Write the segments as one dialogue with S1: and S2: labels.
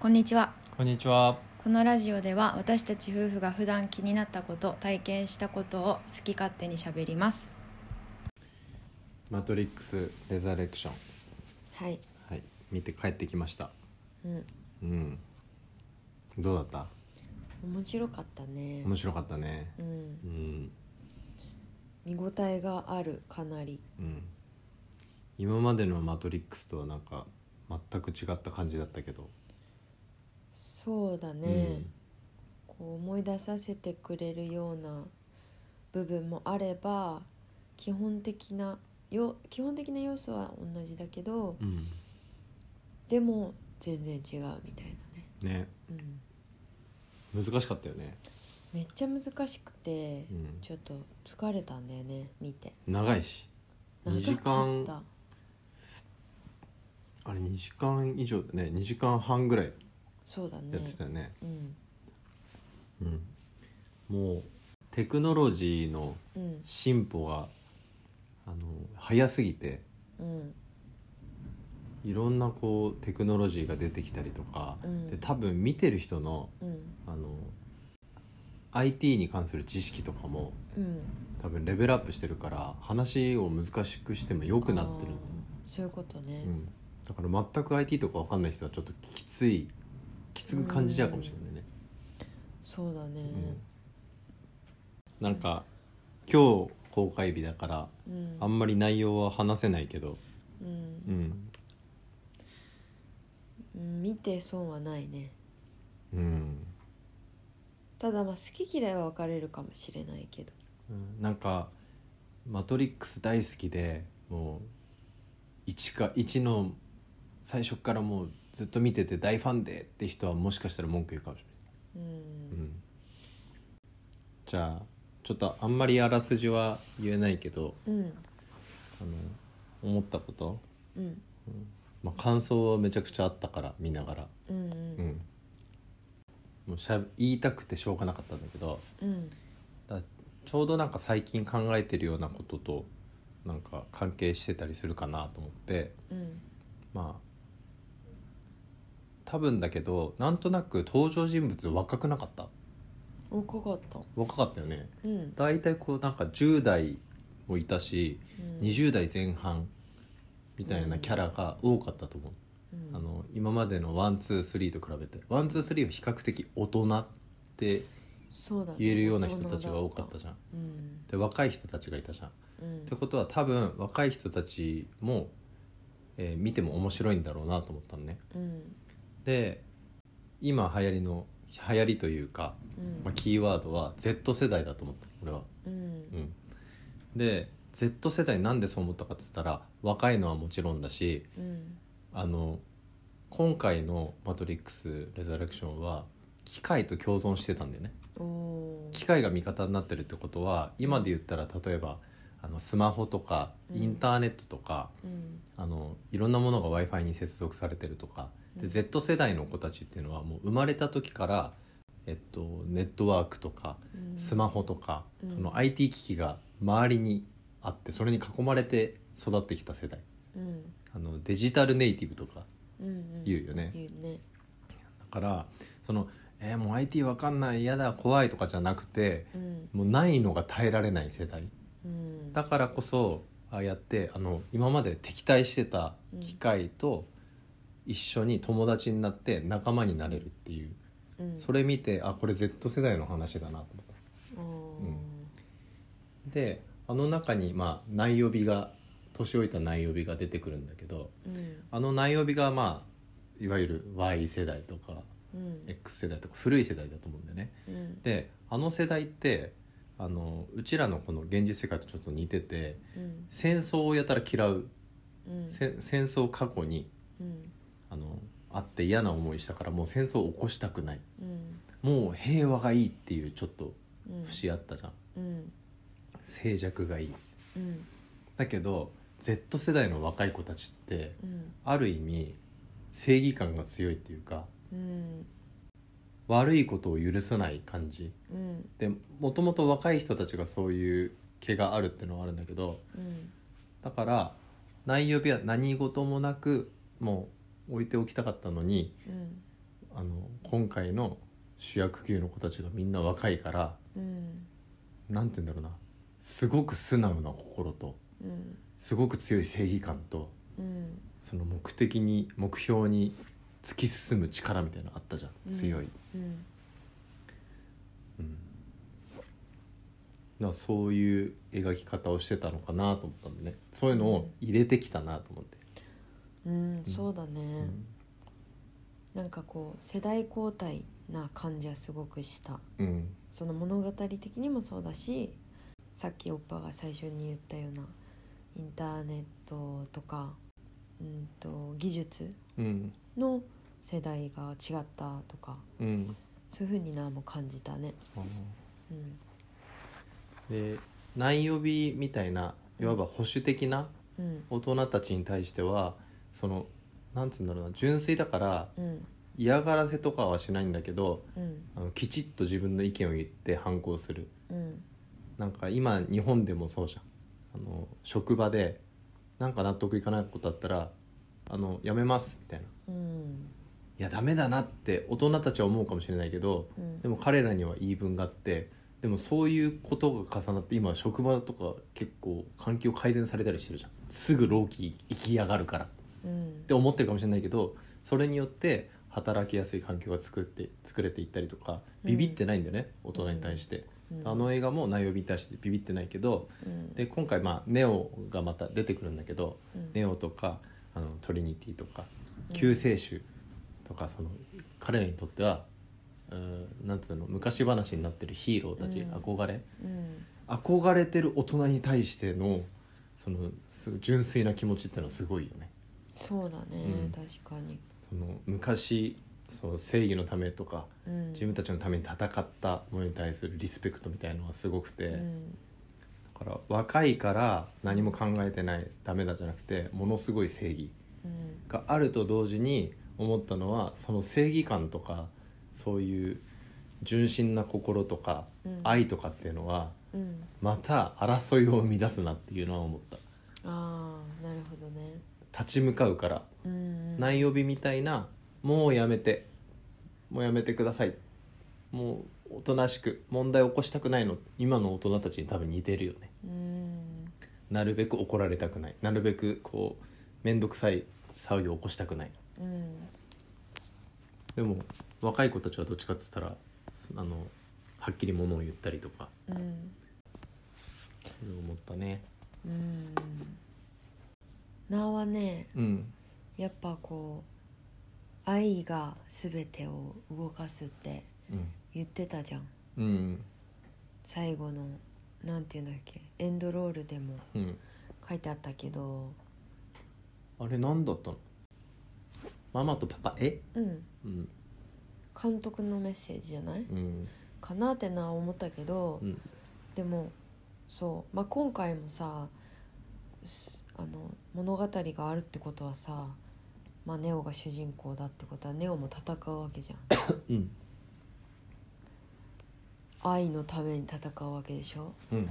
S1: こんにちは
S2: こんにちは。
S1: このラジオでは私たち夫婦が普段気になったこと体験したことを好き勝手にしゃべります
S2: マトリックスレザレクション。
S1: はい
S2: はい、見て帰ってきました。
S1: うん
S2: うん。どうだった？
S1: 面白かったね
S2: 面白かったね。
S1: うん
S2: うん。
S1: 見応えがあるかなり
S2: うん。今までのマトリックスとはなんか全く違った感じだったけど。
S3: そうだね、こう思い出させてくれるような部分もあれば基本的なよ基本的な要素は同じだけど
S2: うん。うん。
S3: でも全然違うみたいなね、
S2: ね、
S3: うん、
S2: 難しかったよね。
S3: めっちゃ難しくて、
S2: うん
S3: ちょっと疲れたんだよね見て
S2: 長いし。二時
S3: 長か
S2: 間
S3: っ
S2: あれ二時間以上だね。二時間半ぐらい
S3: たそうだね
S2: やってたよね。
S3: うん
S2: うん。もうテクノロジーの
S3: うん
S2: 進歩があの早すぎて
S3: うん
S2: いろんなこうテクノロジーが出てきたりとか、
S3: うん
S2: で多分見てる人の
S3: うん
S2: あの IT に関する知識とかも
S3: うん
S2: 多分レベルアップしてるから話を難しくしても良くなってる
S3: あー、そういうことね、
S2: うん、だから全く IT とか分かんない人はちょっときついきつく感じちゃうかもしれないね。
S3: そうだね
S2: うんなんか今日公開日だから
S3: うん
S2: あんまり内容は話せないけど、
S3: うん
S2: うん
S3: うん見て損はないね
S2: うん、
S3: ただまあ好き嫌いは分かれるかもしれないけど
S2: うんなんか「マトリックス」大好きでもう1か1の最初からもうずっと見てて大ファンでって人はもしかしたら文句言うかもし
S3: う
S2: れ
S3: ん
S2: ない、うん、じゃあちょっとあんまりあらすじは言えないけど
S3: うん
S2: あの思ったこと、
S3: うん
S2: まあ、感想はめちゃくちゃあったから見ながら、
S3: うんう
S2: うんん、もうしゃ言いたくてしょうがなかったんだけど
S3: うん
S2: だちょうどなんか最近考えてるようなこととなんか関係してたりするかなと思って
S3: うん
S2: まあ多分だけどなんとなく登場人物若くなかった
S3: 若かった
S2: 若かったよね
S3: うん
S2: 大体こうなんか10代もいたし、
S3: うん
S2: 20代前半みたいなキャラが多かったと思う、
S3: うん
S2: あの今までのワンツースリーと比べてワンツースリーは比較的大人って
S3: そうだね
S2: 言えるような人たちが多かった
S3: 大人だ
S2: じゃん
S3: たうん
S2: で若い人たちがいたじゃん
S3: うん
S2: ってことは多分若い人たちも、えー見ても面白いんだろうなと思ったのね
S3: うん
S2: で今流行りの流行りというか、
S3: うん
S2: まあ、キーワードは Z 世代だと思った俺は
S3: うん
S2: うんで Z 世代なんでそう思ったかって言ったら若いのはもちろんだし
S3: うん
S2: あの今回の「マトリックス・レザレクション」は機械と共存してたんだよね
S3: おー
S2: 機械が味方になってるってことは今で言ったら例えばあのスマホとかインターネットとか、
S3: うん
S2: あのいろんなものが w i f i に接続されてるとか
S3: う
S2: で
S3: ん
S2: Z 世代の子たちっていうのはもう生まれた時から、えっと、ネットワークとか
S3: うん
S2: スマホとか、
S3: うん
S2: その IT 機器が周りにあってそれに囲まれて育ってきた世代
S3: うん
S2: あのデジタルネイティブとか
S3: うんうん
S2: 言うよね、
S3: 言うね
S2: だからその「えーもう IT わかんない嫌だ怖い」とかじゃなくて
S3: うん
S2: もうないのが耐えられない世代
S3: うん
S2: だからこそああやってあの今まで敵対してた機械と一緒に友達になって仲間になれるっていう、
S3: うん
S2: それ見てあこれ Z 世代の話だなと思った
S3: あー
S2: であの中にまあ内曜日が年老いた内曜日が出てくるんだけど
S3: うん
S2: あの内曜日がまあいわゆる Y 世代とか
S3: うん
S2: X 世代とか古い世代だと思うんだよね
S3: うん
S2: であの世代ってあのうちらのこの現実世界とちょっと似てて
S3: うん
S2: 戦争をやたら嫌う
S3: うん
S2: せ戦争過去に
S3: うん
S2: あのあって嫌な思いしたからもう戦争を起こしたくない
S3: うん
S2: もう平和がいいっていうちょっと
S3: うん
S2: 節あったじゃん、
S3: うん
S2: 静寂がいい
S3: うん
S2: だけど Z 世代の若い子たちって
S3: うん
S2: ある意味正義感が強いっていうか
S3: うん
S2: 悪いことを許さない感じ
S3: うん
S2: でもともと若い人たちがそういう毛があるっていうのはあるんだけど
S3: うん
S2: だから何曜日は何事もなくもう置いておきたかったのに
S3: うん
S2: あの今回の主役級の子たちがみんな若いから
S3: うん
S2: なんて言うんだろうなすごく素直な心と
S3: うん
S2: すごく強い正義感と
S3: うん
S2: その目的に目標に突き進む力みたいなのあったじゃん
S3: うん
S2: 強い、
S3: うん
S2: なそういう描き方をしてたのかなと思ったんでねそういうのを入れてきたなと思って、
S3: うん、そうだね、
S2: うん
S3: なんかこう世代交代な感じはすごくした
S2: うん
S3: その物語的にもそうだしさっきおっぱが最初に言ったようなインターネットとか、うん、と技術
S2: うん
S3: の世代が違ったとか
S2: うん
S3: そういうふうになも感じたね。
S2: あの
S3: うん
S2: で何曜日みたいないわば保守的な
S3: うん
S2: 大人たちに対してはそのなんつうんだろうな純粋だから
S3: うん
S2: 嫌がらせとかはしないんだけど
S3: うん
S2: あのきちっと自分の意見を言って反抗する
S3: うん
S2: なんか今日本でもそうじゃんあの職場でなんか納得いかないことあったらあのやめますみたいな
S3: うん
S2: いやダメだなって大人たちは思うかもしれないけど
S3: うん
S2: でも彼らには言い分があってでもそういうことが重なって今職場とか結構環境改善されたりしてるじゃんすぐ老期生き上がるからっ
S3: うん
S2: て思ってるかもしれないけどそれによって働きやすい環境が作って作れていったりとかビビってないんだよね、大人に対して、
S3: うん
S2: あの映画も内容に対してビビってないけど
S3: うん
S2: で今回まあネオがまた出てくるんだけど、
S3: うん
S2: ネオとかあのトリニティとか
S3: うん
S2: 救世主とかその彼らにとってはうーんなんていうの昔話になってるヒーローたち、
S3: うん
S2: 憧れ
S3: うん
S2: 憧れてる大人に対してのそのす純粋な気持ちってのはすごいよね。
S3: そうだね、
S2: うん
S3: 確かに。
S2: その昔その正義のためとか
S3: うん、
S2: 自分たちのために戦ったものに対するリスペクトみたいのはすごくて。
S3: うん
S2: だから若いから何も考えてないダメだじゃなくてものすごい正義
S3: うん
S2: があると同時に思ったのはその正義感とかそういう純真な心とか、
S3: うん
S2: 愛とかっていうのは
S3: うん、
S2: また争いを生み出すなっていうのは思った
S3: ああなるほどね。
S2: 立ち向かうから
S3: うん
S2: 内容日みたいなもうやめてもうやめてくださいもうおとなしく問題を起こしたくないの今の大人たちに多分似てるよね
S3: うん
S2: なるべく怒られたくないなるべくこう面倒くさい騒ぎを起こしたくない
S3: うん
S2: でも若い子たちはどっちかっつったらすあのはっきりものを言ったりとか
S3: うん
S2: そういうの思ったね
S3: うんなおはね
S2: うん
S3: やっぱこう愛が全てを動かすって
S2: うん
S3: 言ってたじゃん
S2: うん
S3: 最後のなんていうんだっけエンドロールでも
S2: うん
S3: 書いてあったけど
S2: あれ何だったのママとパパえ
S3: うん
S2: うん
S3: 監督のメッセージじゃない
S2: うん
S3: かなってな思ったけど、
S2: うん
S3: でもそう、まあ、今回もさすあの物語があるってことはさ、まあ、ネオが主人公だってことはネオも戦うわけじゃん
S2: うん
S3: 愛のために戦うわけでしょ
S2: うん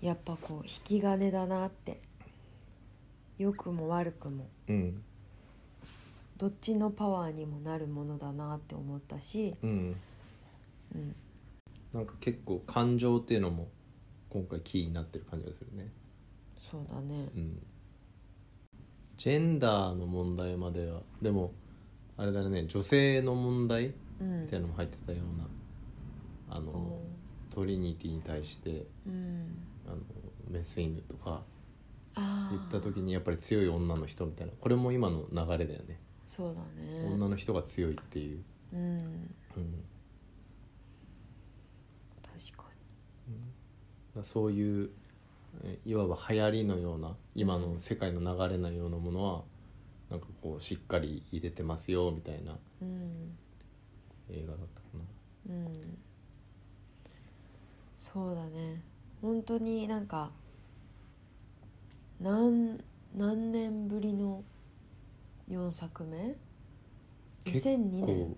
S3: やっぱこう引き金だなって良くも悪くも
S2: うん
S3: どっちのパワーにもなるものだなって思ったし
S2: うん
S3: うん
S2: なんか結構感情っていうのも今回キーになってる感じがするね
S3: そうだね
S2: うんジェンダーの問題まではでもあれだね女性の問題
S3: うん
S2: みたいなのも入ってたようなあのトリニティに対して
S3: うん
S2: あのメス犬とか
S3: ああ
S2: 言った時にやっぱり強い女の人みたいなこれも今の流れだよね、
S3: そうだね
S2: 女の人が強いっていう、
S3: うん
S2: うん、
S3: 確かに
S2: だそういうえいわば流行りのような今の世界の流れのようなものはなんかこうしっかり入れてますよみたいな
S3: うん
S2: 映画だったかな。
S3: うんそうだね本当になんか何何年ぶりの4作目2002年
S2: 結構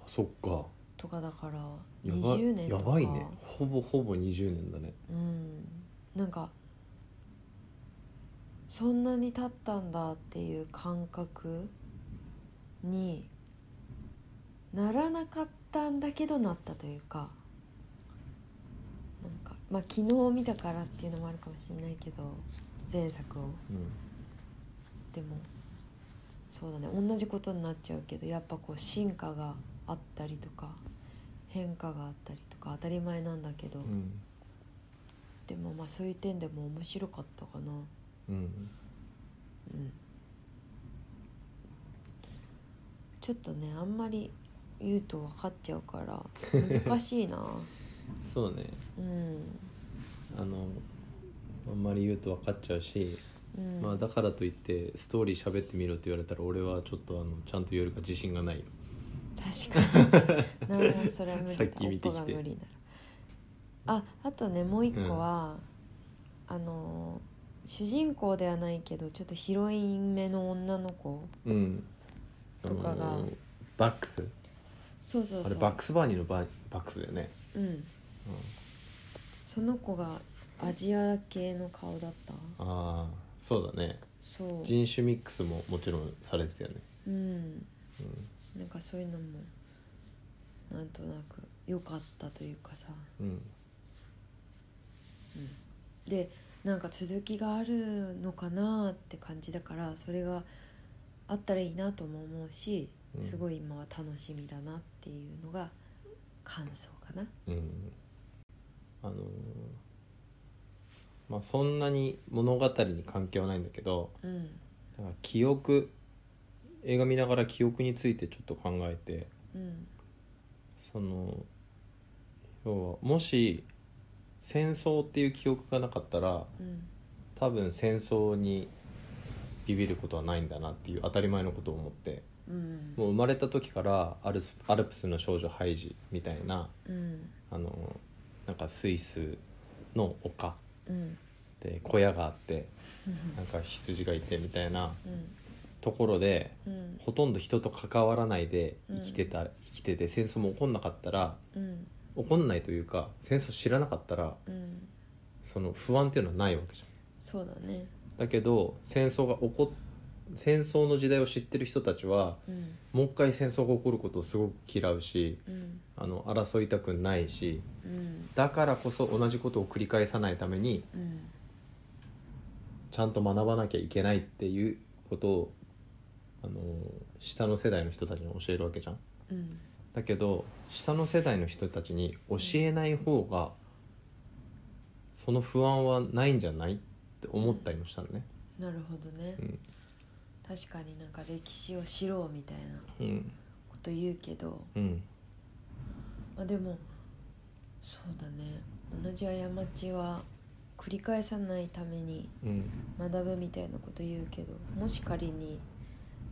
S2: あそっか
S3: とかだから
S2: やば
S3: 20年とか
S2: やばいねほぼほぼ20年だね
S3: うんなんかそんなに経ったんだっていう感覚にならなかったんだけどなったというかなんかまあ昨日見たからっていうのもあるかもしれないけど前作を
S2: うん
S3: でもそうだね同じことになっちゃうけどやっぱこう進化があったりとか変化があったりとか当たり前なんだけど、
S2: うん
S3: でもまあそういう点でも面白かったかな。
S2: うん
S3: うんちょっとねあんまり言うと分かっちゃうから難し いな
S2: そうね
S3: うん、
S2: あのあんまり言うと分かっちゃうし、
S3: うん、
S2: まあだからといってストーリー喋ってみろって言われたら俺はちょっとあのちゃんと言えるか自信がないよ
S3: 確 かになんもそれは無理
S2: さ
S3: だ
S2: っき見てきて
S3: おっぱが無理ならああとねもう一個は、あのー主人公ではないけどちょっとヒロイン目の女の子
S2: うん
S3: とかが
S2: あのバックス
S3: そうそう
S2: あ
S3: そう
S2: れバックスバーニーのババックスだよね、
S3: うん、
S2: うん、
S3: その子がアジア系の顔だった
S2: ああそうだね
S3: そう
S2: 人種ミックスももちろんされてたよね、
S3: うん
S2: うん
S3: なんかそういうのもなんとなく良かったというかさ
S2: うん、
S3: でなんか続きがあるのかなって感じだからそれがあったらいいなとも思うし、
S2: うん
S3: すごい今は楽しみだなっていうのが感想かな。
S2: うんあのーまあそんなに物語に関係はないんだけど
S3: うん
S2: なんか記憶映画見ながら記憶についてちょっと考えて
S3: うん
S2: その要はもし戦争っていう記憶がなかったら
S3: うん
S2: 多分戦争にビビることはないんだなっていう当たり前のことを思って
S3: うん
S2: もう生まれた時からアルスアルプスの少女ハイジみたいな
S3: うん
S2: あのなんかスイスの丘
S3: うん
S2: で小屋があって
S3: うん
S2: なんか羊がいてみたいな
S3: うん
S2: ところで
S3: うん
S2: ほとんど人と関わらないで生きてた、生きてて戦争も起こんなかったら
S3: うん
S2: 起こんないというか戦争知らなかったら
S3: うん
S2: その不安っていうのはないわけじゃん。
S3: そうだね。
S2: だけど戦争が起こ戦争の時代を知ってる人たちは
S3: うん
S2: もう一回戦争が起こることをすごく嫌うし
S3: うん
S2: あの争いたくないし
S3: うん
S2: だからこそ同じことを繰り返さないために
S3: うん
S2: ちゃんと学ばなきゃいけないっていうことをあの下の世代の人たちに教えるわけじゃん。
S3: うん
S2: だけど下の世代の人たちに教えない方がその不安はないんじゃないって思ったりもしたのね。
S3: なるほどね。
S2: うん
S3: 確かになんか歴史を知ろうみたいな
S2: うん
S3: こと言うけど、
S2: うん
S3: まあ、でもそうだね同じ過ちは繰り返さないために
S2: うん
S3: 学ぶみたいなこと言うけどもし仮に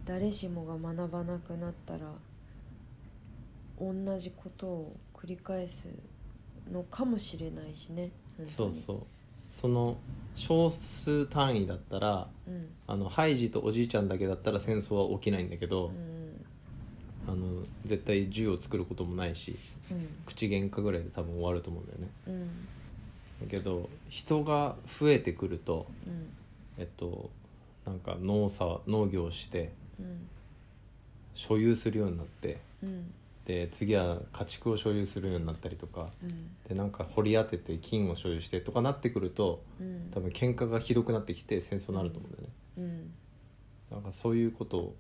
S3: 誰しもが学ばなくなったら同じことを繰り返すのかもしれないしね
S2: そうそううその少数単位だったら
S3: うん
S2: あのハイジとおじいちゃんだけだったら戦争は起きないんだけど
S3: う、ん
S2: あの絶対銃を作ることもないし
S3: うん
S2: 口喧嘩ぐらいで多分終わると思うんだよね
S3: うん
S2: だけど人が増えてくると
S3: うん
S2: えっとなんか農作農業をして
S3: うん
S2: 所有するようになって
S3: うん
S2: で次は家畜を所有するようになったりとか
S3: うん
S2: でなんか掘り当てて金を所有してとかなってくると
S3: うん
S2: 多分喧嘩がひどくなってきて戦争になると思うんだよね、
S3: うん
S2: なんかそういうことを、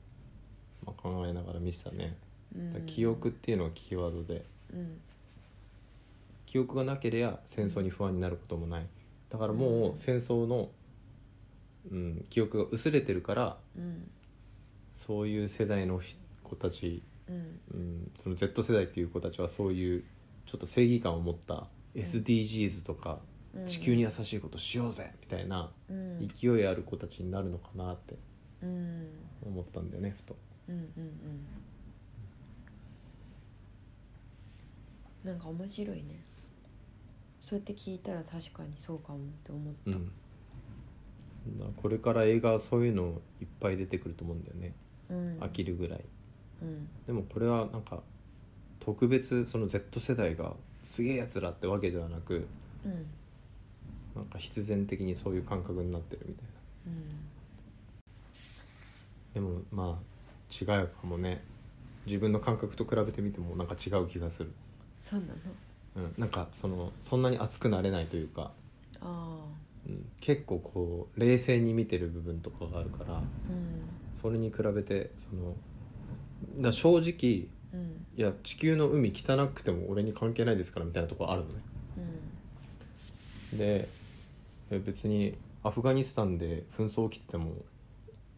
S2: まあ、考えながら見てたね、だから記憶っていうのがキーワードで
S3: うん
S2: 記憶がなければ戦争に不安になることもないだからもう戦争の、うん、記憶が薄れてるから
S3: うん
S2: そういう世代のひ子たち、
S3: うん
S2: うん、その Z 世代っていう子たちはそういうちょっと正義感を持った SDGs と
S3: う
S2: か、
S3: ん
S2: 地球に優しいことしようぜみたいな
S3: うん
S2: 勢いある子たちになるのかなって
S3: うん
S2: 思ったんだよねふと。
S3: うんうんうんなんか面白いねそうやって聞いたら確かにそうかもって思っ
S2: うん、だからこれから映画はそういうのいっぱい出てくると思うんだよね
S3: た、うん、
S2: 飽きるぐらい
S3: うん
S2: でもこれはなんか特別その Z 世代がすげえやつらってわけではなく
S3: うん
S2: なんか必然的にそういう感覚になってるみたい
S3: うん
S2: でもまあ違うかもね自分の感覚と比べてみてもなんか違う気がする、
S3: そうなの
S2: うん、なんかそのそんなに熱くなれないというか、
S3: あ
S2: うん、結構こう冷静に見てる部分とかがあるから
S3: あう
S2: それに比べてそのだ正直
S3: んうん
S2: いや地球の海汚くても俺に関係ないですからみたいなところあるのね
S3: うん
S2: でえ別にアフガニスタンで紛争起きてても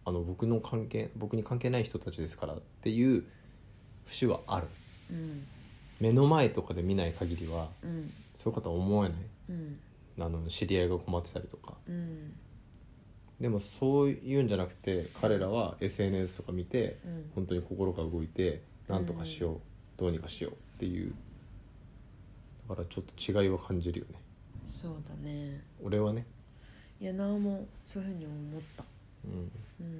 S2: あの僕の関係僕に関係ない人たちですからっていう節はある
S3: うん
S2: 目の前とかで見ない限りは
S3: うん
S2: そういうことは思えない
S3: うん
S2: あの知り合いが困ってたりとか
S3: うん
S2: でもそういうんじゃなくて彼らは SNS とか見て
S3: うん
S2: 本当に心が動いて何とかしよう、どうにかしようっていうだからちょっと違いは感じるよね
S3: そうだね
S2: 俺はね、
S3: いやなおもそういうふうに思った
S2: うん
S3: うん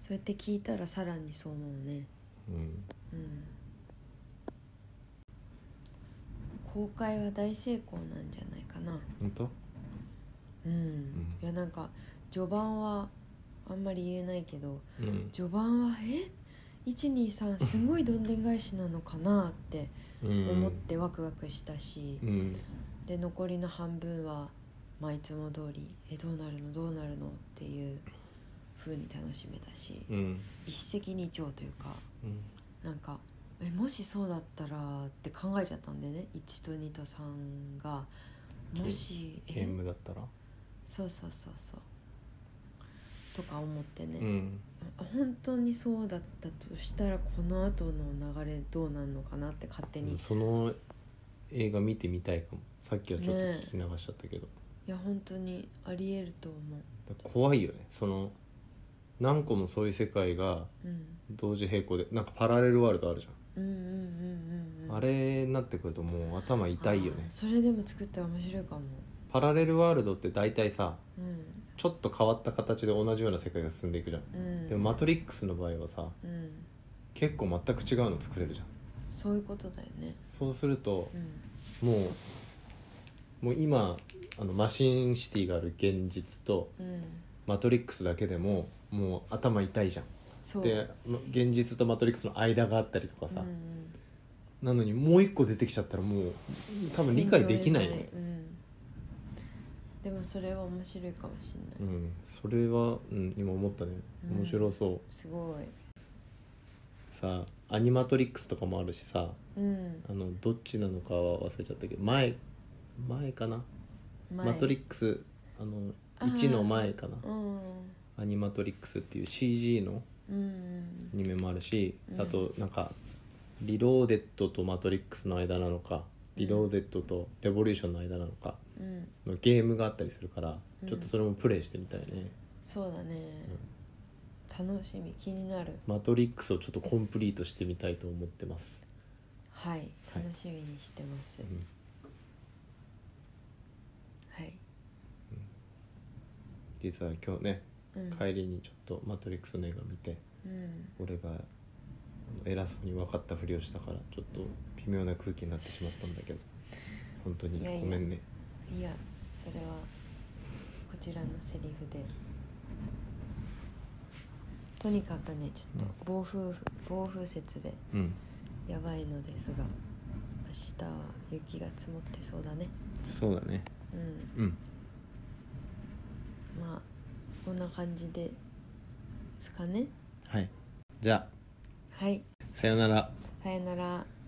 S3: そうやって聞いたらさらにそう思うね
S2: うん、
S3: うん公開は大成功なんじゃないかな
S2: 本当
S3: うん、
S2: ん
S3: いやなんか序盤はあんまり言えないけど
S2: うん
S3: 序盤はえ123すごいどんでん返しなのかなって思ってワクワクしたし、
S2: うん
S3: で残りの半分はまあいつも通りえどうなるのどうなるのっていう風に楽しめたし、
S2: うん
S3: 一石二鳥というか
S2: うん
S3: なんかえもしそうだったらって考えちゃったんでね1と2と3がもし
S2: ゲー
S3: え
S2: ムだったら
S3: そうそうそうそうとか思ってね、
S2: うん
S3: 本当にそうだったとしたらこの後の流れどうなるのかなって勝手に、い
S2: その映画見てみたいかもさっきはちょっと聞き流しちゃったけど、
S3: や本当にありえると思
S2: 怖いよねその何個もそういう世界が
S3: う、うん、
S2: 同時並行でなんかパラレルワールドあるじ
S3: うんうんうんうん
S2: ゃ
S3: うん
S2: ん、あれになってくるともう頭痛いよ
S3: あ
S2: ね
S3: ーそれでも作ったら面白いかも
S2: パラレルワールドって大体さ
S3: うん
S2: ちょっと変わった形で同じような世界が進んでいくじゃん、
S3: うん
S2: でも「マトリックス」の場合はさ
S3: うん
S2: 結構全く違うの作れるじゃん
S3: そういうことだよね
S2: そうすると
S3: うん
S2: もうもう今あのマシンシティがある現実と
S3: うん
S2: マトリックスだけでももう頭痛いじゃん
S3: そう
S2: でま現実とマトリックスの間があったりとかさ、
S3: うんうん
S2: なのにもう一個出てきちゃったらもう多分理解できないよね
S3: うん、でもそれは面白いかもしれない、
S2: うんそれは、うん、今思ったね
S3: うん
S2: 面白そう、
S3: すごい
S2: さアニマトリックスとかもあるしさ
S3: うん
S2: あのどっちなのかは忘れちゃったけど前前かなマトリックスあの
S3: あー
S2: 1の前かな
S3: うん
S2: アニマトリックスっていう CG の
S3: うん
S2: アニメもあるし、
S3: うん
S2: あとなんか「リローデッド」と「マトリックス」の間なのか「リローデッド」と「レボリューション」の間なのか
S3: うん
S2: のゲームがあったりするから、
S3: うん
S2: ちょっとそれもプレイしてみたいね
S3: そうだね、楽しみ気になる
S2: 「マトリックス」をちょっとコンプリートしてみたいと思ってます、
S3: はい
S2: はい
S3: 楽しみにしてます
S2: うん
S3: はい、
S2: 実は今日ね
S3: うん
S2: 帰りにちょっと「マトリックス」の映画見て
S3: うん、
S2: 俺があの偉そうに分かったふりをしたからちょっと微妙な空気になってしまったんだけど本当に
S3: いやいや
S2: ごめんね
S3: いやそれはこちらのセリフでとにかくねちょっと暴風暴風雪で
S2: うん
S3: やばいのですが明日は雪が積もってそうだね
S2: そうだね
S3: うん
S2: うん
S3: まあこんな感じでですかね
S2: はいじゃあ
S3: はい
S2: さよなら
S3: さよなら